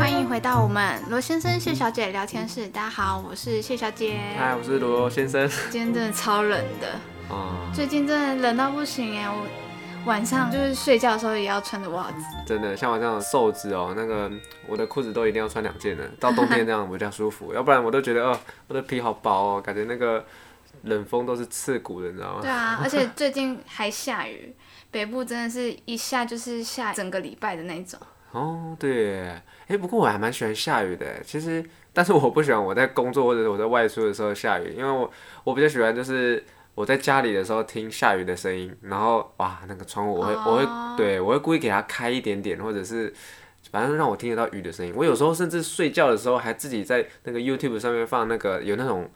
欢迎回到我们罗先生、谢小姐聊天室。大家好，我是谢小姐。嗨，我是罗先生。今天真的超冷的，啊、最近真的冷到不行哎！我晚上就是睡觉的时候也要穿着袜子。真的像我这样的瘦子哦，那个我的裤子都一定要穿两件的，到冬天这样 比较舒服，要不然我都觉得哦，我的皮好薄哦，感觉那个冷风都是刺骨的，你知道吗？对 啊，而且最近还下雨，北部真的是一下就是下整个礼拜的那种。哦，对耶，哎，不过我还蛮喜欢下雨的耶，其实，但是我不喜欢我在工作或者是我在外出的时候下雨，因为我我比较喜欢就是我在家里的时候听下雨的声音，然后哇，那个窗户我会、我哦会对我会故意给它开一点点，或者是反正让我听得到雨的声音。我有时候甚至睡觉的时候还自己在那个 YouTube 上面放那个有那种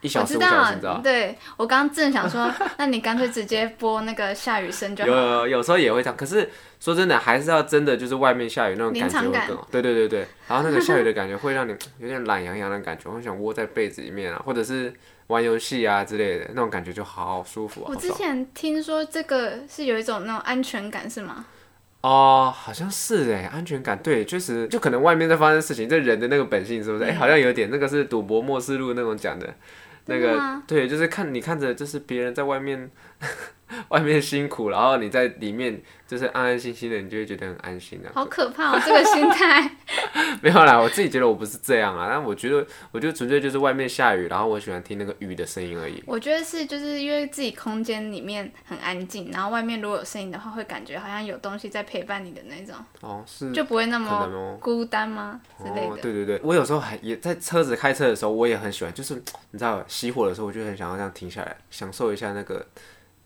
一我小时知五小时，你知道道，？对我刚刚正想说， 那你干脆直接播那个下雨声就有好。有有时候也会这样，可是说真的，还是要真的就是外面下雨那种感觉临场会感更好。对对 对对，然后那个下雨的感觉会让你有点懒洋洋的感觉，会想窝在被子里面啊，或者是玩游戏啊之类的，那种感觉就好舒服，我好之爽。前听说这个是有一种那种安全感，是 吗？哦，好像是哎，安全感，对，确实，就可能外面在发生事情，这人的那个本性是嗯不是？哎、好像有点那个是《赌博默示录》那种讲的，那真的个吗对，就是看你看着就是别人在外面。 外面辛苦，然后你在里面就是安安心心的，你就会觉得很安心啊的、好可怕哦，这个心态。 没有啦，我自己觉得我不是这样啊，但我觉得，我就纯粹就是外面下雨，然后我喜欢听那个雨的声音而已。我觉得是，就是因为自己空间里面很安静，然后外面如果有声音的话，会感觉好像有东西在陪伴你的那种，哦，是就不会那可能么哦孤单吗之类哦，的。对对对，我有时候还也在车子开车的时候，我也很喜欢，就是你知道熄火的时候，我就很想要这样停下来，享受一下那个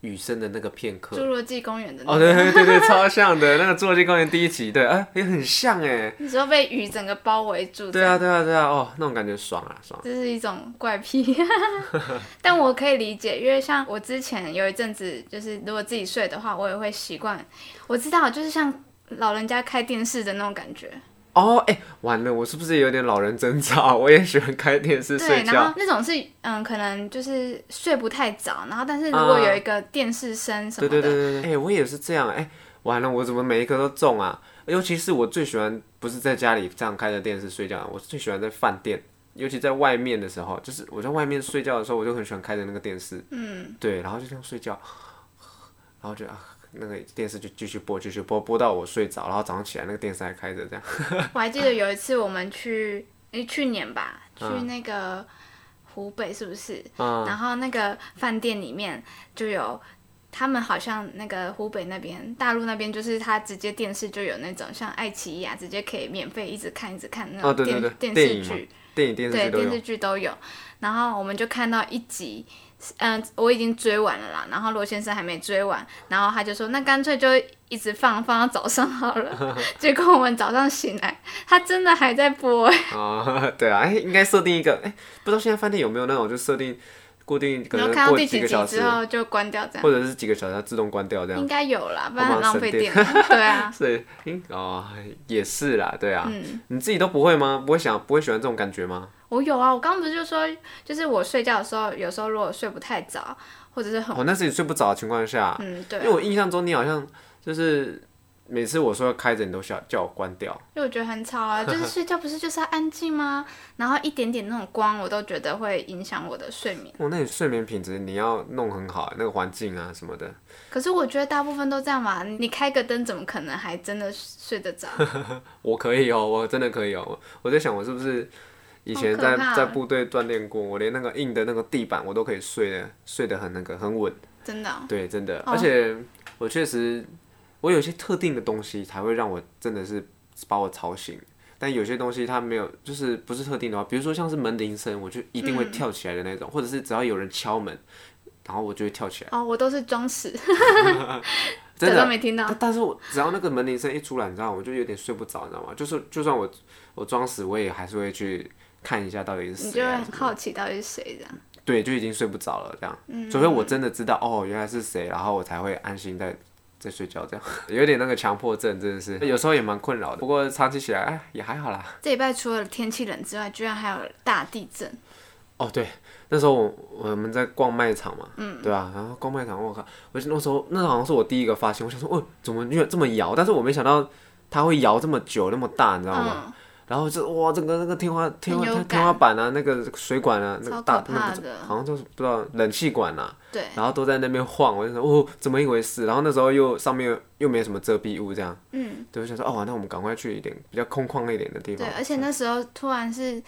雨声的那个片刻。侏罗纪公园的那哦，种，对对对对，超像的，那个《侏罗纪公园》第一集，对，啊，也很像哎。你说被雨整个包围住，对啊，对啊，对啊，哦，那种感觉爽啊，爽。这是一种怪癖， 但我可以理解，因为像我之前有一阵子，就是如果自己睡的话，我也会习惯。我知道，就是像老人家开电视的那种感觉，哦，哎、完了，我是不是有点老人争吵？ 我也喜欢开电视对睡，觉。然后那种是嗯，可能就是睡不太早，然后但是如果有一个电视声什么啊对的，对对对对，哎、我也是这样，哎、完了，我怎么每一个都中啊？尤其是我最喜欢不是在家里这样开着电视睡觉，啊我最喜欢在饭店，尤其在外面的时候，就是我在外面睡觉的时候，我就很喜欢开着那个电视，嗯，对，然后就这样睡觉，然后就啊。那个电视就继续播，继续播，播到我睡着，然后早上起来那个电视还开着，这样。我还记得有一次我们去，诶，去年吧，去那个湖北是不是？嗯然后那个饭店里面就有，他们好像那个湖北那边、大陆那边，就是他直接电视就有那种像爱奇艺啊，直接可以免费一直看一直看那哦种对电、对对电电视影嘛剧，电影、电视对剧都电有视。剧都有。然后我们就看到一集。嗯，我已经追完了啦，然后罗先生还没追完，然后他就说那干脆就一直放放到早上好 了。结果我们早上醒来，他真的还在播欸，哦，对啊，哎、应该设定一个，哎、不知道现在饭店有没有那种就设定固定， 可然后能看到过第几几个集小时之，后就关掉，这样或者是几个小时它自动关掉这样应。该有啦，不然帮很忙浪省费电电了。 对啊，是，嗯，哦，也是啦，对啊，嗯你自己都不会吗？不会想，不会喜欢这种感觉吗？我有啊，我刚刚不是就说，就是我睡觉的时候，有时候如果睡不太早，或者是很哦，那是你睡不着的情况下，嗯，对因啊，为我印象中你好像就是每次我说要开着，你都叫叫我关掉。因为我觉得很吵 啊，就是睡觉不是就是要安静吗？然后一点点那种光，我都觉得会影响我的睡眠。哦，那你睡眠品质你要弄很好，那个环境啊什么的。可是我觉得大部分都这样嘛，你开个灯怎么可能还真的睡 得着？我可以哦，我真的可以哦。我我在想，我是不是以好前可在怕啊在部队锻炼过，我连那个硬的那个地板我都可以睡的，睡得很那个很稳。真的哦、对，真的，哦而且我确实，我有一些特定的东西才会让我真的是把我吵醒，但有些东西它没有，就是不是特定的话，比如说像是门铃声，我就一定嗯会跳起来的那种，或者是只要有人敲门，然后我就会跳起来，哦，我都是装死， 真假装的。没听到但。但是我只要那个门铃声一出来，你知道，我就有点睡不着，你知道吗？就是就算我我装死，我也还是会去看一下到底是你谁就会啊、很好奇到底是谁这样，对，就已经睡不着了，这样。嗯除非我真的知道哦，原来是谁，然后我才会安心在在睡觉，这样 有点那个强迫症，真的是有时候也蛮困扰的。不过长期起来，哎，也还好啦。这礼拜除了天气冷之外，居然还有大地震，哦，对，那时候我我们在逛卖场嘛，嗯对吧、然后逛卖场，我靠，我那时候那好像是我第一个发现，我想说，哦，怎么越这么摇？但是我没想到它会摇这么久，那么大，你知道吗？嗯，然后就哇，整个那个天花天花很有天感天花板啊，那个水管啊，那超个可大怕那的个好像就是不知道冷气管啊，对，然后都在那边晃，我就想哦，怎么一回事？然后那时候又上面又又没什么遮蔽物，这样，嗯，对，我想说哦，那我们赶快去一点比较空旷一点哦的地方对，而且那时候突然是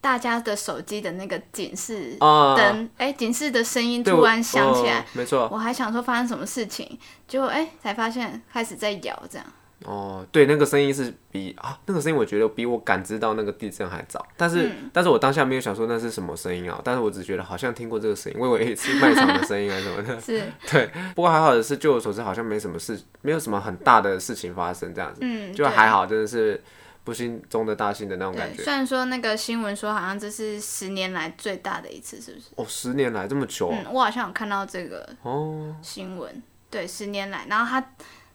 大家的手机的那个警示啊，灯，哎、警示的声音对突我然响起来哦，没错，我还想说发生什么事情，结果哎、才发现开始在摇这样。，哦，对，那个声音是比啊，那个声音我觉得比我感知到那个地震还早，但是、但是我当下没有想说那是什么声音啊，但是我只觉得好像听过这个声音，我以为是卖场的声音还是啊什么的 是，不过还好的是，据我所知好像没什么事，没有什么很大的事情发生这样子，嗯，就对还好，真的是不幸中的大幸的那种感对，觉。虽然说那个新闻说好像这是十年来最大的一次，是不是？哦，十年来这么久哦，嗯，我好像有看到这个哦新闻，对，十年来，然后他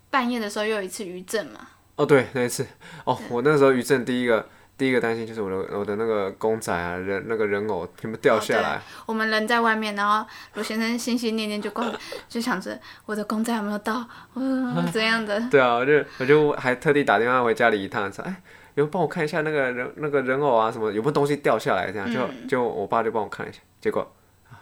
半夜的时候又有一次余震嘛，哦对，那一次哦，我那时候余震第一个第一个担心就是我的我的那个公仔啊人那个人偶全部哦掉下来，我们人在外面，然后罗先生心心念念就挂，就想着我的公仔有没有到，嗯，怎样 的，对啊，我就我就还特地打电话回家里一趟，说哎，有没有帮我看一下那个人那个人偶啊什么有没有东西掉下来这样，嗯就就我爸就帮我看了一下，结果。啊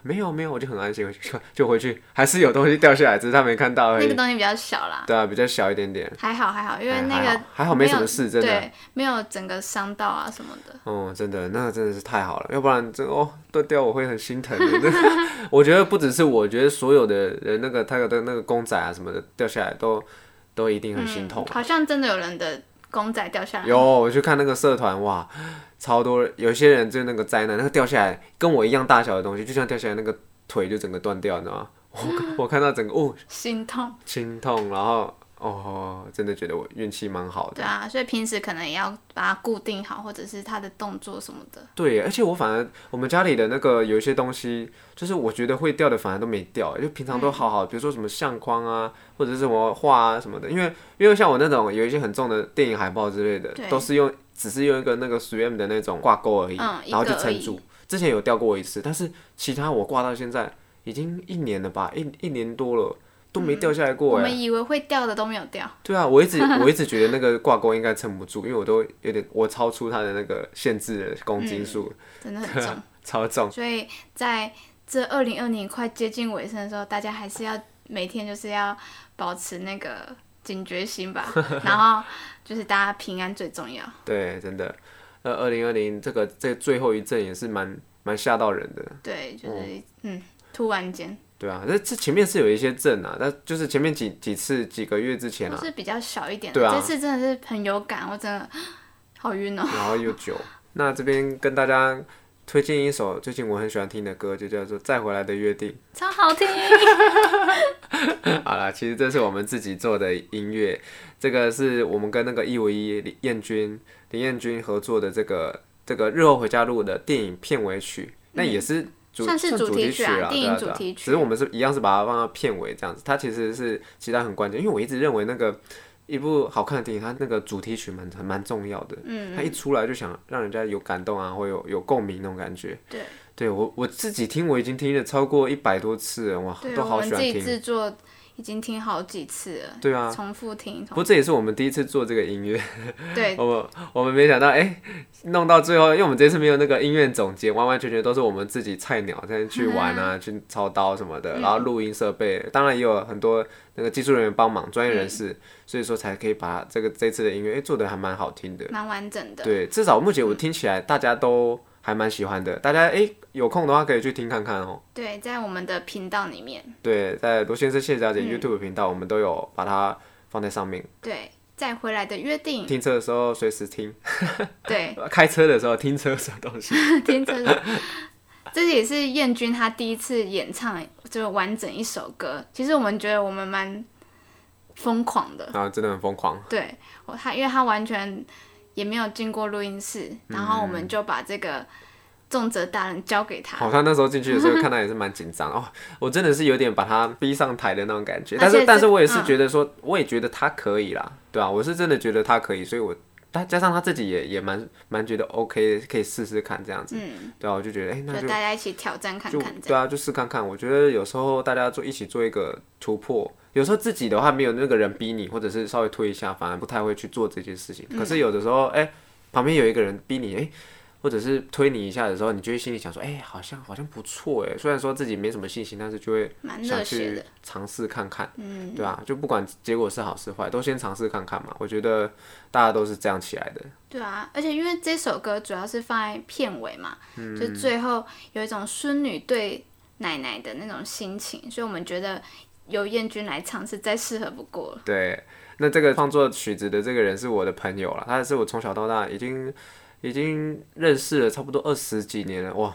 没有没有，我就很安心，我就就回去，还是有东西掉下来，只是他没看到而那个已。东西比较小啦，哎对啊，比较小一点点，还好还好，因为哎那还个好还好没什有么事真的对，没有整个伤到啊什么的，哦，真的，那个真的是太好了，要不然这哦断掉我会很心疼的。 那我觉得不只是我，我觉得所有的人那个他的那个公仔啊什么的掉下来都都一定很心痛啊嗯。。好像真的有人的公仔掉下来，有我去看那个社团，哇，超多人，有些人就那个灾难，那个掉下来跟我一样大小的东西，就像掉下来那个腿就整个断掉，你知道吗？我我看到整个哦心痛。心痛，然后哦真的觉得我运气蛮好的。对啊，所以平时可能也要把它固定好，或者是它的动作什么的。对，而且我反而我们家里的那个有一些东西，就是我觉得会掉的，反而都没掉，欸就平常嗯都好好，比如说什么相框啊，或者是什么画啊什么的，因为因为像我那种有一些很重的电影海报之类的对，都是用只是用一个那个 3M 的那种挂钩而已，嗯然后就一个而已撑住。之前有掉过一次，但是其他我挂到现在已经一年了吧，一一年多了都没掉下来过嗯我哎、们以为会掉的都没有掉，对啊，我一直我一直觉得那个挂钩应该撑不住，因为我都有点我超出它的那个限制的公嗯斤数，真的很 重。超重。所以在这二零二零快接近尾声的时候，大家还是要每天就是要保持那个警觉心 吧，然后就是大家平安最重要。对，真的，呃，二零二零这个这最后一阵也是蛮蛮吓到人的，对，就是哦嗯突然间，对啊，这这前面是有一些阵啊，但就是前面几几次几个月之前都啊，是比较小一点的。对啊这次真的是很有感，我真的好晕哦。然后又久，那这边跟大家推荐一首最近我很喜欢听的歌，就叫做《再回来的约定超好听，》。好啦，其实这是我们自己做的音乐，这个是我们跟那个一五一李彦君林彦君合作的这个这个《日后回家录》的电影片尾曲，那也是嗯主算是主主题曲曲啊啊，电对影啊主对啊题曲只是我们是一样是把它放到片尾这样子，它其实是其他很关键，因为我一直认为那个一部好看的电影，它那个主题曲蛮蛮重要的。嗯，它一出来就想让人家有感动啊，或有有共鸣那种感觉。对，对我我自己听我已经听了超过一百多次了，哇，对，啊都我好们喜自欢己听。制作已经听好几次了，对啊，重复听，不哦重过这也是我们第一次做这个音乐，对我们我们没想到，哎、弄到最后，因为我们这次没有那个音乐总监，完完全全都是我们自己菜鸟在那去玩啊，去操刀什么的，然后录音设备，当然也有很多那个技术人员帮忙，专业人士，所以说才可以把这个这次的音乐，哎、做的还蛮好听的。蛮完整的。对，至少目前我听起来大家都还蛮喜欢的，大家哎、有空的话可以去听看看哦。对，在我们的频道里面，对，在罗先生谢小姐嗯 YouTube 频道，我们都有把它放在上面，对，再回来的约定，停车的时候随时听。对， 开车的时候听车什么东西？听这首，这也是燕君他第一次演唱就是完整一首歌。其实我们觉得我们蛮疯狂的，然后真的很疯狂。对我他，因为他完全也没有进过录音室，然后我们就把这个重责大人交给他，嗯好像那时候进去的时候看他也是蛮紧张的哦，我真的是有点把他逼上台的那种感觉。而且但是，啊是但是我也是嗯觉得说，我也觉得他可以啦，对啊，我是真的觉得他可以，所以我但加上他自己也也蛮蛮觉得 OK 的，可以试试看这样子。嗯，对啊，我就觉得哎、那就就大家一起挑战看就看这对样。啊，就试看看。我觉得有时候大家做一起做一个突破，有时候自己的话没有那个人逼你，或者是稍微推一下，反而不太会去做这件事情。可嗯是有的时候，哎、旁边有一个人逼你，哎、或者是推你一下的时候，你就会心里想说，哎、好像好像不错哎。虽然说自己没什么信心，但是就会蛮热想血去的，尝试看看，嗯，对啊，就不管结果是好是坏，都先尝试看看嘛。我觉得大家都是这样起来的。对啊，而且因为这首歌主要是放在片尾嘛，就嗯最后有一种孙女对奶奶的那种心情，所以我们觉得由燕君来唱是再适合不过了。对，那这个创作曲子的这个人是我的朋友了，他是我从小到大已经已经认识了差不多二十几年了，哇！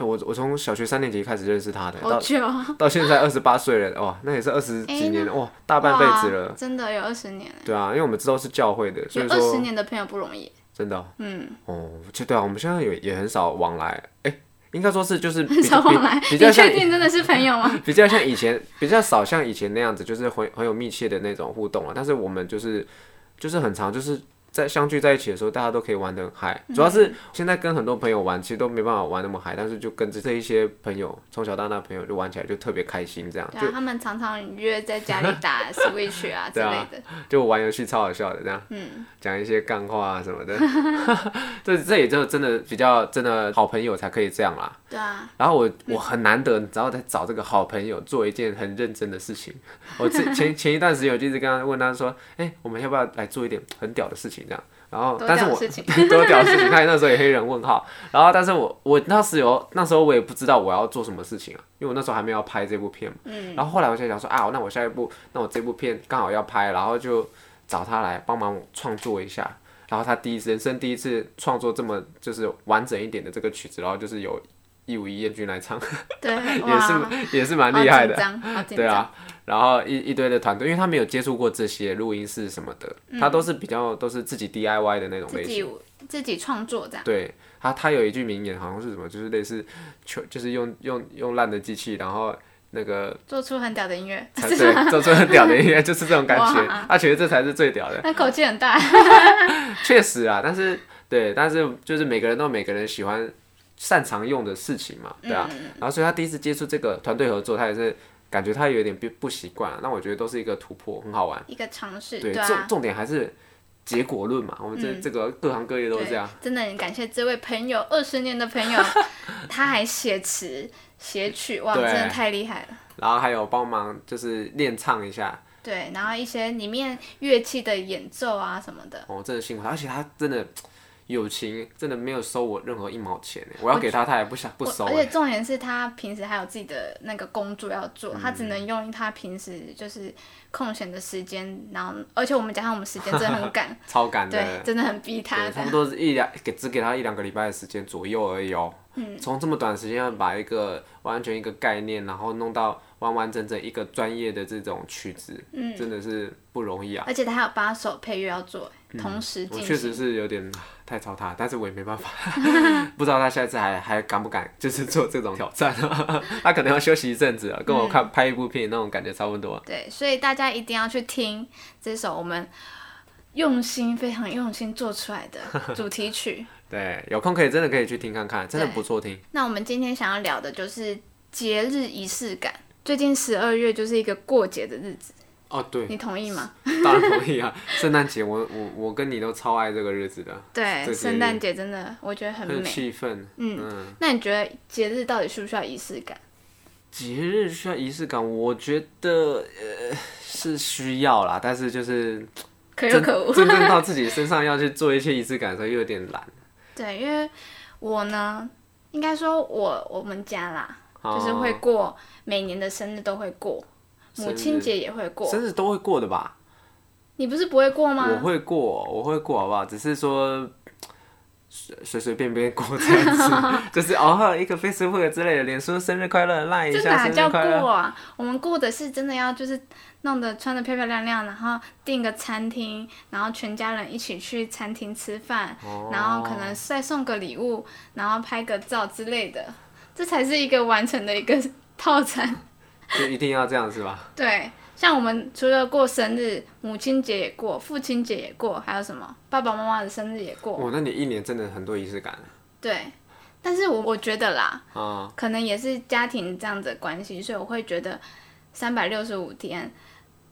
我我从小学三年级开始认识他的，好到久啊，到现在二十八岁了，哇，那也是二十几年了，哇，大半辈子哎哇了，真的有二十年了，对啊，因为我们知道是教会的，所以有二十说年的朋友不容易。真的哦，嗯，哦就对啊，我们现在也也很少往来，哎、应该说是就是比 很少较往来，比比你较像确定真的是朋友 吗？比较像以前，比较少像以前那样子，就是很很有密切的那种互动了。啊但是我们就是就是很常就是在相聚在一起的时候，大家都可以玩得很嗨。主要嗯是现在跟很多朋友玩，其实都没办法玩那么嗨，但是就跟这一些朋友从小到大的朋友就玩起来就特别开心，这样对就啊，他们常常约在家里 打 Switch 啊之对啊类的。就玩游戏超好笑的这样。嗯，讲一些干话啊什么的， 这这也就真的比较真的好朋友才可以这样啦。对啊，然后我我很难得，然后再找这个好朋友做一件很认真的事情。我之前前一段时间我就一直跟他问他说，哎、我们要不要来做一点很屌的事情这样？然后多但是屌我的事情 多屌的事情，他那时候也黑人问号。然后但是我我那时有那时候我也不知道我要做什么事情啊，因为我那时候还没有要拍这部片嘛。嗯，然后后来我就想说啊，那我下一部，那我这部片刚好要拍，然后就找他来帮忙创作一下。然后他第一次人生第一次创作这么就是完整一点的这个曲子，然后就是有一五一燕君来唱，对，也哇，是也是蛮厉害的，好紧张，好紧对张。啊。然后一一堆的团队，因为他没有接触过这些录音室什么的，他都是比较都是自己 DIY 的那种嗯自类型己。自己创作这样。对他，他有一句名言，好像是什么，就是类似，就就是用用用烂的机器，然后那个做出很屌的音乐， 才对，做出很屌的音乐，就是这种感觉。他觉得这才是最屌 的，那口气很大。确实啊。但是对，但是就是每个人都有每个人喜欢擅长用的事情嘛，对嗯啊。然后所以他第一次接触这个团队合作，他也是感觉他有点不不习惯、啊那我觉得都是一个突破，很好玩。一个尝试，对，重啊，嗯重点还是结果论嘛。我们这、这个各行各业都是这样。对真的很感谢这位朋友，二十年的朋 友，他还写词写曲，哇，真对的太厉害了。然后还有帮忙就是练唱一下，对，然后一些里面乐器的演奏啊什么的，哦，真的辛苦他，而且他真的友情真的没有收我任何一毛钱耶，欸我要给他，他也不想不欸我收而耶。，且重点是他平时还有自己的那个工作要做，他只能用他平时就是空闲的时间，然后而且我们加上我们时间真的很赶 超感的。对，真的很逼他对，这差不样。多是一两给只给他一两个礼拜的时间左右而已哦。嗯从这么短的时间要把一个完全一个概念，然后弄到完完整整一个专业的这种曲子，嗯真的是不容易啊。而且他还有八首配乐要做，同时嗯我进确行。实是有点唉太操他，但是我也没办法， 不知道他下次还还敢不敢就是做这种挑战， 他可能要休息一阵子嗯啊，跟我看拍一部片那种感觉差不多。啊对，所以大家一定要去听这首我们用心、非常用心做出来 的主题曲。对，有空可以真的可以去听看看，真的不错听。那我们今天想要聊的就是节日仪式感。最近十二月就是一个过节的日子，哦，对，你同意吗？ 当然同意啊，圣诞节我我我跟你都超爱这个日子的，对，这节日圣诞节真的我觉得很很有美。气氛。嗯，那你觉得节日到底需不需要仪式感？节日需要仪式感，我觉得呃是需要啦，但是就是可有真可无。 真正到自己身上要去做一些仪式感的时候，又有点懒。 对，因为我呢，应该说我我们家啦，就是会哦过每年的生日都会过，母生亲日节也会过。生日都会过的吧？你不是不会过吗？我会过，我会过，好不好？只是说随随随便便过这 样子，就是偶尔一个 Facebook 之类的，脸书生日快乐，赖一这下哪生叫日快乐。过啊？我们过的是真的要就是弄得穿的漂漂亮亮，然后订个餐厅，然后全家人一起去餐厅吃饭，哦然后可能再送个礼物， 然后拍个照之类的，这才是一个完成的一个套餐。就一定要这样是吧？对，像我们除了过生日，母亲节也过，父亲节也过，还有什么爸爸妈妈的生日也过。哦，那你一年真的很多仪式感对，但是我我觉得啦，啊！可能也是家庭这样子的关系，所以我会觉得三百六十五天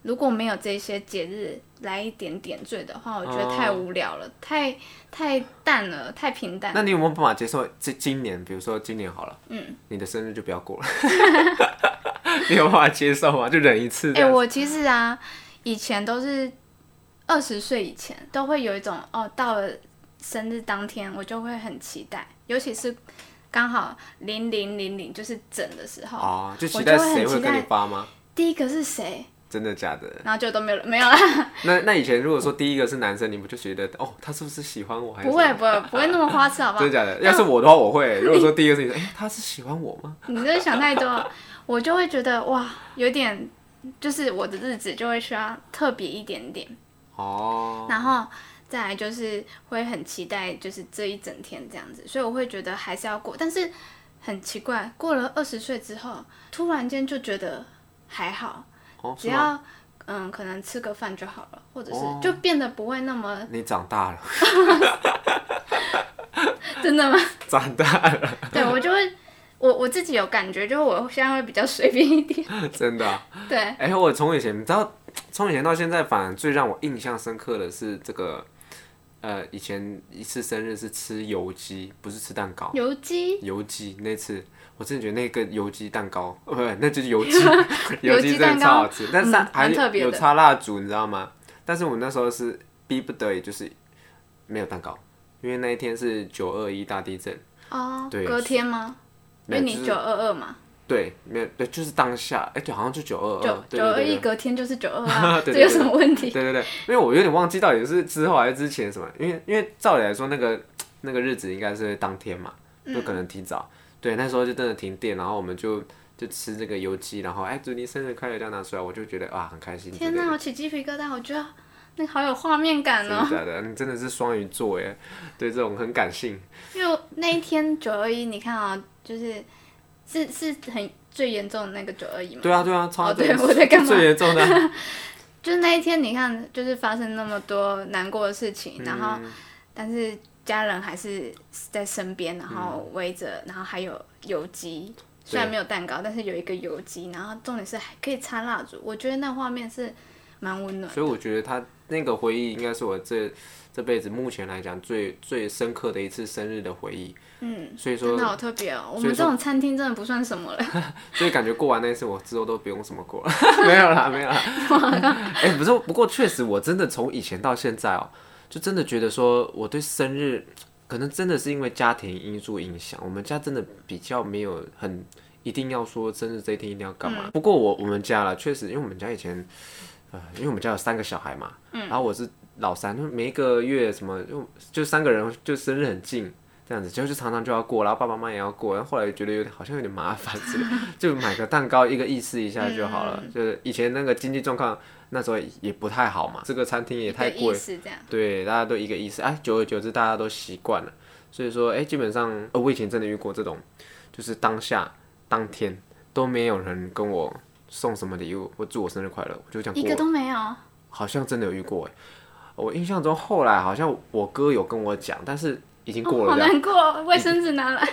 如果没有这些节日来一点点缀的话，我觉得太哦无聊了，太太淡了，太平淡了那你有没有办法接受这今年，比如说今年好了，嗯，你的生日就不要过了， 你有办法接受吗？就忍一次这哎、样。我其实啊，以前都是二十岁以前都会有一种哦，到了生日当天我就会很期待，尤其是刚好零零零零就是整的时候，哦，就期我待就会谁很会期跟你待发吗？第一个是谁，真的假的？然后就都没有了没有啦，那那以前如果说第一个是男生，你不就觉得哦，他是不是喜欢我？还是不会不会不会那么花痴好不好真的？假的？要是我的话，我会。如果说第一个是你说，哎、他是喜欢我吗？你这想太多了，我就会觉得哇，有点就是我的日子就会需要特别一点点。哦，然后再来就是会很期待，就是这一整天这样子，所以我会觉得还是要过，但是很奇怪，过了二十岁之后，突然间就觉得还好，哦，只是吗？要嗯可能吃个饭就好了，或者是哦就变得不会那么你长大了， 真的吗？ 长大了，对我就会我我自己有感觉，就是我现在会比较随便一点，真的啊、对，哎、我从以前，你知道，从以前到现在，反而最让我印象深刻的是这个，呃，以前一次生日是吃油鸡，不是吃蛋糕，游击油鸡那次，我真的觉得那个油鸡蛋糕，呃不、那就是油鸡， 油鸡鸡真蛋糕的超好吃，但是它嗯还蛮特别有的插蜡烛，你知道吗？但是我那时候是逼不得已，就是没有蛋糕，因为那一天是九二一大地震，哦，对隔天吗？因没为有你就是九二二嘛，对，没有对，就是当下，哎、对，好像就九二九二，对九对二对一对隔天就是九二啊， 这对对有什么问题？对对对，因为我有点忘记到底是之后还是之前什么，因为因为照理来说那个那个日子应该是当天嘛，就可嗯能提早。对，那时候就真的停电，然后我们就就吃这个油鸡，然后哎，祝你生日快乐这样拿出来，我就觉得啊哇很开心之类天的。哪，我起鸡皮疙瘩，我觉得那个好有画面感真哦的。假的？你真的是双鱼座耶，对这种很感性。因为那一天九二一，你看啊、就是是是很最严重的那个九二一嘛，对啊对啊，超哦对我在干嘛最严重 的啊，就是那一天你看，就是发生那么多难过的事情，然后嗯但是家人还是在身边，然后围着，然后还有油鸡。虽然没有蛋糕，但是有一个油鸡，然后重点是还可以插蜡烛，我觉得那画面是蛮温暖的。所以我觉得他那个回忆应该是我这这辈子目前来讲最最深刻的一次生日的回忆。嗯，所以说真的好特别哦，我所们以这种餐厅真的不算什么了。所以感觉过完那一次，我之后都不用什么过了，没有啦，没有啦。 哎、不是，不过确实，我真的从以前到现在哦、就真的觉得说，我对生日可能真的是因为家庭因素影响，我们家真的比较没有很一定要说生日这一天一定要干嘛。不过我我们家啦，确实，因为我们家以前，呃，因为我们家有三个小孩嘛，然后我是老三，就每一个月什么就就三个人就生日很近。这样子，就是常常就要过，然后爸爸妈妈也要过，然后后来觉得有点好像有点麻烦 之类，就买个蛋糕一个意思一下就好了。就是以前那个经济状况那时候也不太好嘛，这个餐厅也太一个意贵，思这样。对，大家都一个意思，哎，久而久之大家都习惯了，所以说，哎、基本上、呃，我以前真的遇过这种，就是当下当天都没有人跟我送什么礼物，或祝我生日快乐，我就这样一过个了，都没有。好像真的有遇过，哎，我印象中后来好像我哥有跟我讲，但是已经过哦、了好这样。难过，卫生纸拿来。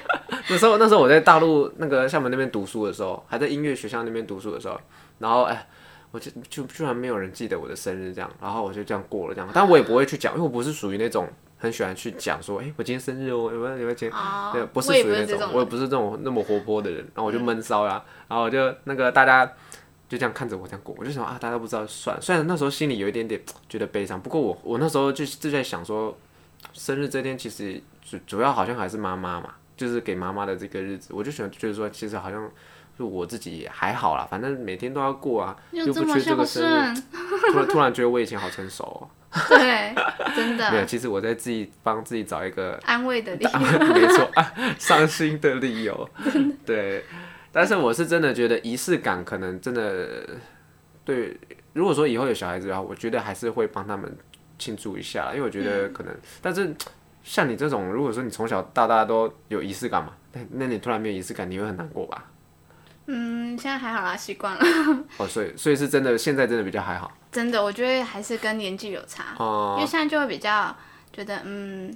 那时候那时候我在大陆那个厦门那边读书的时候，还在音乐学校那边读书的时候，然后哎，我就就居然没有人记得我的生日这样，然后我就这样过了这样，但我也不会去讲，因为我不是属于那种很喜欢去讲说，哎、我今天生日哦，有没有有没有今天？哦 对，不是我也属于不是那这种种，嗯我也不是这种那么活泼的人，然后我就闷骚啦，然后我就那个大家就这样看着我这样过，我就想啊，大家不知道算了，虽然那时候心里有一点点觉得悲伤，不过我我那时候就是就在想说，生日这天其实主主要好像还是妈妈嘛，就是给妈妈的这个日子，我就想觉得说，其实好像就我自己也还好啦，反正每天都要过啊，又又这不么缺这孝个生日，顺，突然突然觉得我以前好成 熟、哦，对，真 没有，的其实我在自己帮自己找一个安慰的力量。没错，啊伤心的理由。对，但是我是真的觉得仪式感可能真的对。如果说以后有小孩子的话，我觉得还是会帮他们庆祝一下啦，因为我觉得嗯可能，但是像你这种，如果说你从小到大都有仪式感嘛，那那你突然没有仪式感，你会很难过吧？嗯，现在还好啦，习惯了。 哦，所以所以是真的，现在真的比较还好真的，我觉得还是跟年纪有差，因为哦。现在就会比较觉得，嗯，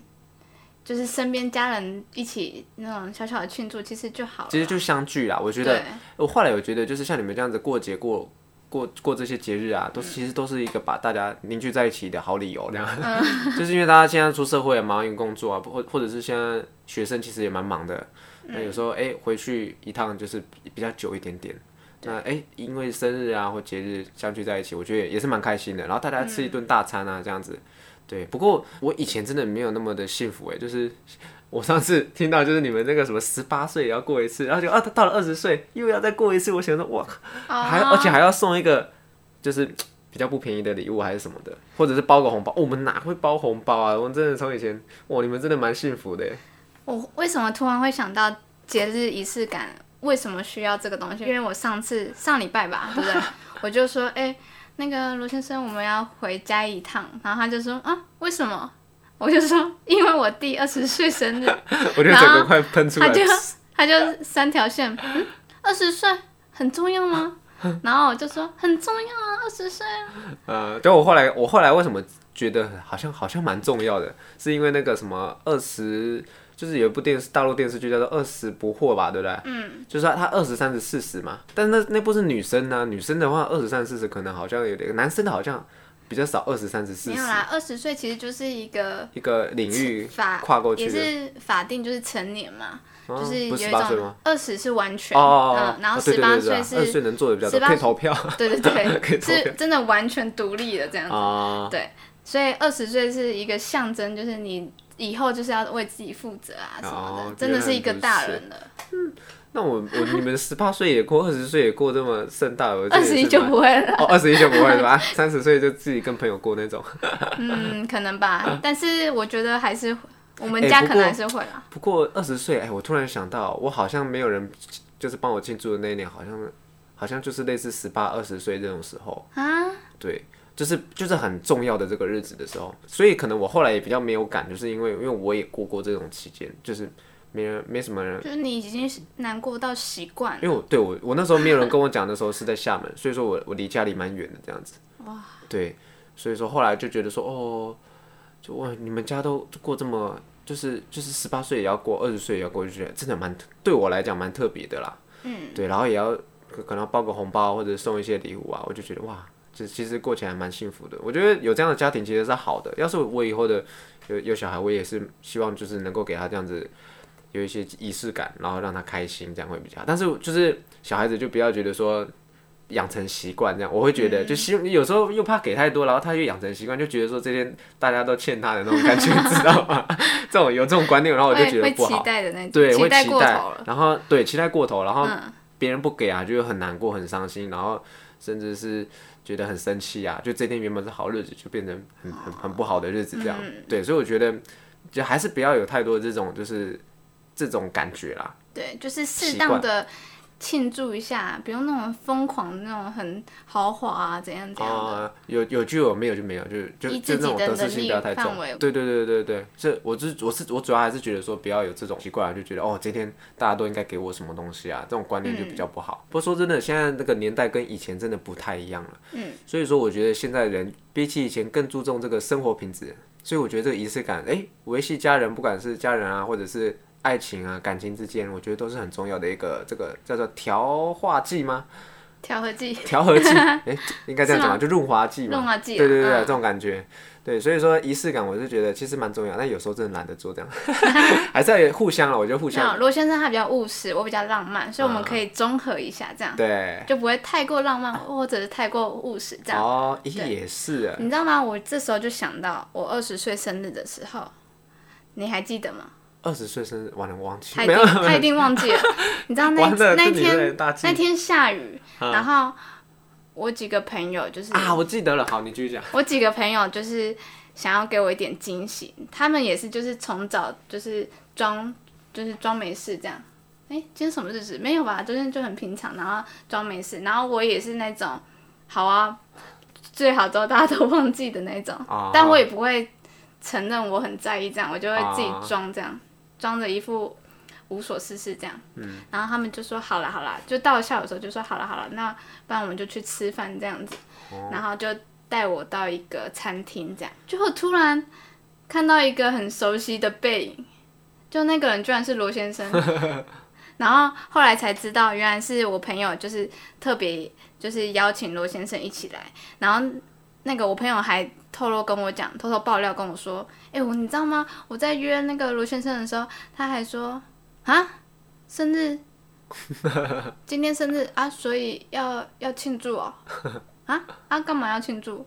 就是身边家人一起那种小小的庆祝，其实就好了。其实就相聚啦，我觉得对我后来有觉得，就是像你们这样子过节过过过这些节日啊，都其实都是一个把大家凝聚在一起的好理由，这样。 就是因为大家现在出社会忙于工作啊，或或者是现在学生其实也蛮忙的，那有时候哎、回去一趟就是比比较久一点点。那哎、因为生日啊或节日相聚在一起，我觉得也是蛮开心的。然后大家吃一顿大餐啊，这样子。对，不过我以前真的没有那么的幸福哎、就是我上次听到就是你们那个什么十八岁也要过一次，然后就啊到了二十岁又要再过一次，我想说哇，啊还而且还要送一个就是嘖比较不便宜的礼物还是什么的，或者是包个红包、哦我们哪会包红包啊？我们真的从以前哇，你们真的蛮幸福的耶。我为什么突然会想到节日仪式感？为什么需要这个东西？因为我上次上礼拜吧，对不对？ 我就说，哎、那个罗先生，我们要回家一趟。然后他就说，啊，为什么？我就说，因为我弟二十岁生日。我觉得整个快喷出来他。就他就三条线，嗯，二十岁很重要吗？ 然后我就说很重要啊，二十岁啊。呃，就我后来我后来为什么觉得好像好像蛮重要的，是因为那个什么二十。就是有一部电视大陆电视剧叫做《二十不惑》吧，对不对？嗯，就是他二十、三十、四十嘛，但那那部是女生呢、女生的话二十、三十、四十可能好像有点，男生的好像比较少二十、三十、四没十有啦，二十岁其实就是一个一个领域法跨过去也的，是法定就是成年嘛，哦就是有不一是18岁吗种二十是完全，哦哦哦哦嗯，然后对十对八对对岁对二十岁是，能做的比较多， 18可以投票 对对 可以对，投票是真的完全独立的这样子。啊。对，所以二十岁是一个象征，就是你以后就是要为自己负责啊什么的，哦真的是一个原来如此大人了。那我我你们十八岁也过，二十岁也过这么盛大，我觉得二也是十一就蛮不会了。哦，二十一就不会是吧？ 三十岁就自己跟朋友过那种。嗯，可能吧，但是我觉得还是会我们哎家不可能还过是会啦。 不过二十岁，哎、我突然想到，我好像没有人就是帮我庆祝的那一年，好像好像就是类似十八、二十岁这种时候，啊，对，就是就是很重要的这个日子的时候，所以可能我后来也比较没有感，就是因为因为我也过过这种期间，就是没人没什么人就是你已经是难过到习惯了，因为我对我我那时候没有人跟我讲的时候是在厦门， 所以说我我离家里蛮远的这样子。哇。对，所以说后来就觉得说哦，就哇你们家都过这么就是就是十八岁也要过，二十岁也要过，就觉得真的蛮对我来讲蛮特别的啦。嗯。对，然后也要可可能要包个红包或者送一些礼物啊，我就觉得哇。就其实过起来蛮幸福的，我觉得有这样的家庭其实是好的。要是我以后的有有小孩，我也是希望就是能够给他这样子有一些仪式感，然后让他开心，这样会比较好。但是就是小孩子就不要觉得说养成习惯这样，我会觉嗯得就希有时候又怕给太多，然后他又养成习惯，就觉得说这些大家都欠他的那种感觉， 知道吗？这种有这种观念，然后我就会觉得会不期好，待的那种，对，会期待期过待头了，，然后对期待过头，然后嗯，别人不给啊，就会很难过、很伤心，然后甚至是觉得很生气啊。就这天原本是好日子，就变成很很很不好的日子这样。嗯对，所以我觉得就还是不要有太多这种就是这种感觉啦。对，就是习适当的庆祝一下，不用那种疯狂的那种很豪华啊，怎样怎样的。啊、有有就有，没有就没有，就就以自就己那种的得失能心力不要太重范围。对对对对对，这我是我是我主要还是觉得说不要有这种习惯啊，就觉得哦今天大家都应该给我什么东西啊，这种观念就比嗯较不好。不过说真的，现在那个年代跟以前真的不太一样了。嗯，所以说我觉得现在人比起以前更注重这个生活品质，所以我觉得这个仪式感，哎、维系家人，不管是家人啊，或者是。爱情啊，感情之间，我觉得都是很重要的一个这个叫做调化剂吗？调和剂，调 和剂，哎、应该这样讲吧，就润滑剂嘛，润滑剂啊对对对，嗯这种感觉，对，所以说仪式感，我是觉得其实蛮重要，但有时候真的懒得做 这样，还是要互相了，我觉得互没有相，嗯罗先生他比较务实，我比较浪漫，所以我们可以综合一下，这样对，就不会太过浪漫或者是太过务实这样。哦，咦，也是，你知道吗？我这时候就想到我二十岁生日的时候，你还记得吗？二十岁生日，完了我忘记他一没定有，啊他一定忘记了。你知道那 完了那一这女人天大忌那天下雨，然后我几个朋友就是、啊，我记得了，好，你继续讲，我几个朋友就是想要给我一点惊喜，他们也是就是从早就是装就是装没事这样。哎、今天什么日子？没有吧，就是就很平常，然后装没事。然后我也是那种，好啊，最好都大家都忘记的那种。哦但我也不会承认我很在意这样，我就会自己哦装这样，装着一副无所事事这样。嗯。然后他们就说好了好了，就到了下午的时候就说好了好了，那不然我们就去吃饭这样子。哦然后就带我到一个餐厅这样，结果突然看到一个很熟悉的背影，就那个人居然是罗先 生。然后后来才知道，原来是我朋友，就是特别就是邀请罗先生一起来。然后那个我朋友还透露跟我讲，偷偷爆料跟我说：“哎、我你知道吗？我在约那个罗先生的时候，他还说啊，生 日，今天生日啊，所以要要庆祝哦，啊啊，干嘛要庆祝？”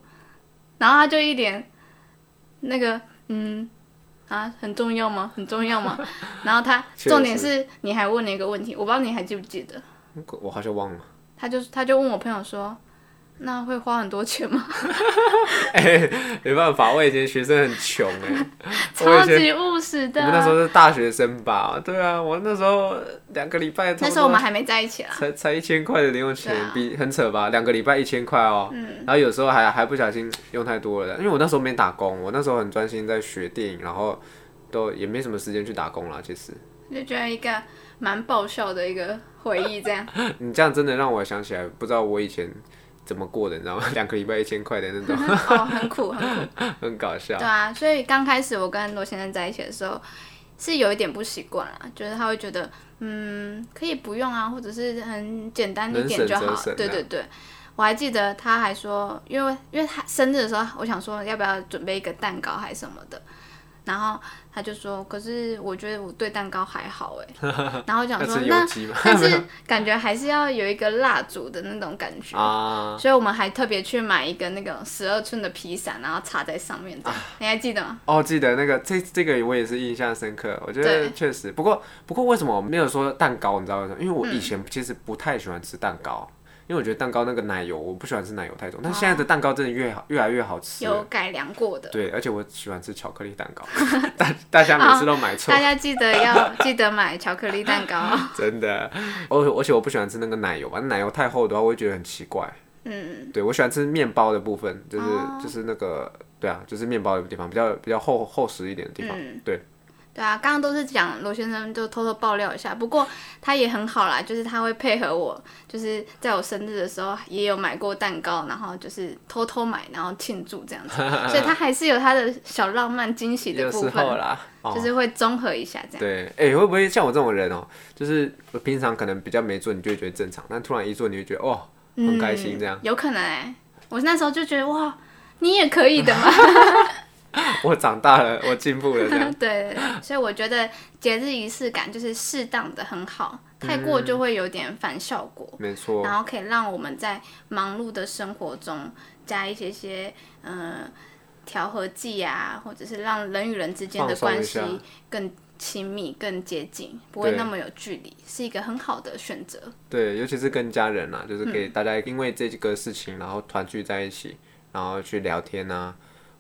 然后他就一脸那个嗯啊，很重要吗？很重要吗？然后他 确实重点是你还问了一个问题，我不知道你还记不记得。我好像忘了。他就他就问我朋友说，那会花很多钱吗？没办法，我以前学生很穷哎、 我超以前级务实的我啊、们那时候是大学生吧？对啊，我那时候两个礼拜差不多，那时候我们还没在一起啊啦。才才一千块的零用钱，对啊嗯比很扯吧？两个礼拜一千块哦，然后有时候还还不小心用太多了，因为我那时候没打工，我那时候很专心在学电影，然后都也没什么时间去打工啦。其实 就觉得一个蛮爆笑的一个回忆， 这样你这样真的让我想起来，不知道我以前怎么过的，你知道吗？两个礼拜一千块的那种，哦，很苦很苦。很搞笑对。啊，所以刚开始我跟罗先生在一起的时候，是有一点不习惯啦，就是他会觉得，嗯，可以不用啊，或者是很简单一点就好能省则省啊了。对对对，我还记得他还说，因为因为他生日的时候，我想说要不要准备一个蛋糕还是什么的。然后他就说：“可是我觉得我对蛋糕还好 哎。”然后我那讲说吃：“那油鸡吗？ 但 是感觉还是要有一个蜡烛的那种感觉。啊，所以我们还特别去买一个那个十二寸的披萨，然后插在上面啊这样你还记得吗？哦，记得那个这这个我也是印象深刻，我觉得对确实。不过不过为什么我没有说蛋糕？你知道为什么？因为嗯我以前其实不太喜欢吃蛋糕，因为我觉得蛋糕那个奶油我不喜欢吃奶油太重。但现在的蛋糕真的越好越来越好吃了。哦有改良过的，对，而且我喜欢吃巧克力蛋 糕，大大家每次都买错大，家记得要记得买巧克力蛋 糕。真的。而而且我不喜欢吃那个奶油吧，奶油太厚的话，我会觉得很奇怪。嗯，对我喜欢吃面包的部分，就是、哦就是那个对啊，就是面包的地方比较比较厚厚实一点的地方。嗯对，对啊，刚刚都是讲罗先生就偷偷爆料一下，不过他也很好啦，就是他会配合我，就是在我生日的时候也有买过蛋糕，然后就是偷偷买，然后庆祝这样子，所以他还是有他的小浪漫惊喜的有部时分候，啦，哦就是会综合一下这样。 对，哎、会不会像我这种人哦、就是我平常可能比较没做，你就会觉得正常，但突然一做，你就觉得哦，很开心这样。嗯有可能哎、我那时候就觉得哇，你也可以的嘛， 我长大了，我进步了 这样。对对对，所以我觉得节日仪式感就是适当的很好，太过就会有点反效果，没错，然后可以让我们在忙碌的生活中加一些些嗯、呃调和剂啊，或者是让人与人之间的放松一关系下更亲密、更接近，不会对那么有距离，是一个很好的选择。对，尤其是跟家人啦，就是给大家因为这个事情，然后团聚在一起，然后去聊天啊，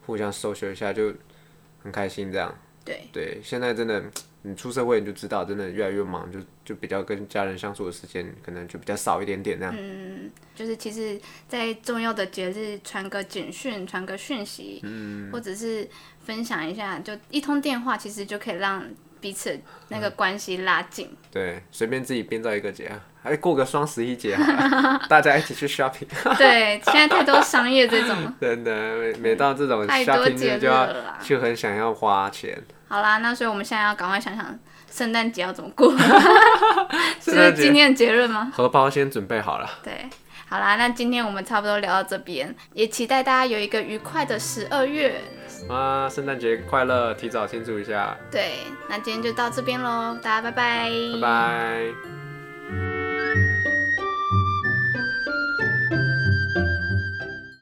互相 social 一下，就很开心这样。对对，现在真的，你出社会你就知道，真的越来越忙，就就比较跟家人相处的时间可能就比较少一点点这样。就是其实，在重要的节日传个简讯、传个讯息，嗯或者是分享一下，就一通电话，其实就可以让彼此那嗯个关系拉近。对，随便自己编造一个节啊，还过个双十一节好了大家一起去 shopping。对，现在太多商业这种 了。真的，每每到这种太多 shopping 节日日就了要啦就很想要花钱。好啦，那所以我们现在要赶快想想圣诞节要怎么 过，圣是诞节今天的结论吗？荷包先准备好了，对，好啦，那今天我们差不多聊到这边，也期待大家有一个愉快的十二月。啊，圣诞节快乐，提早庆祝一下，对，那今天就到这边喽，大家拜拜，拜拜。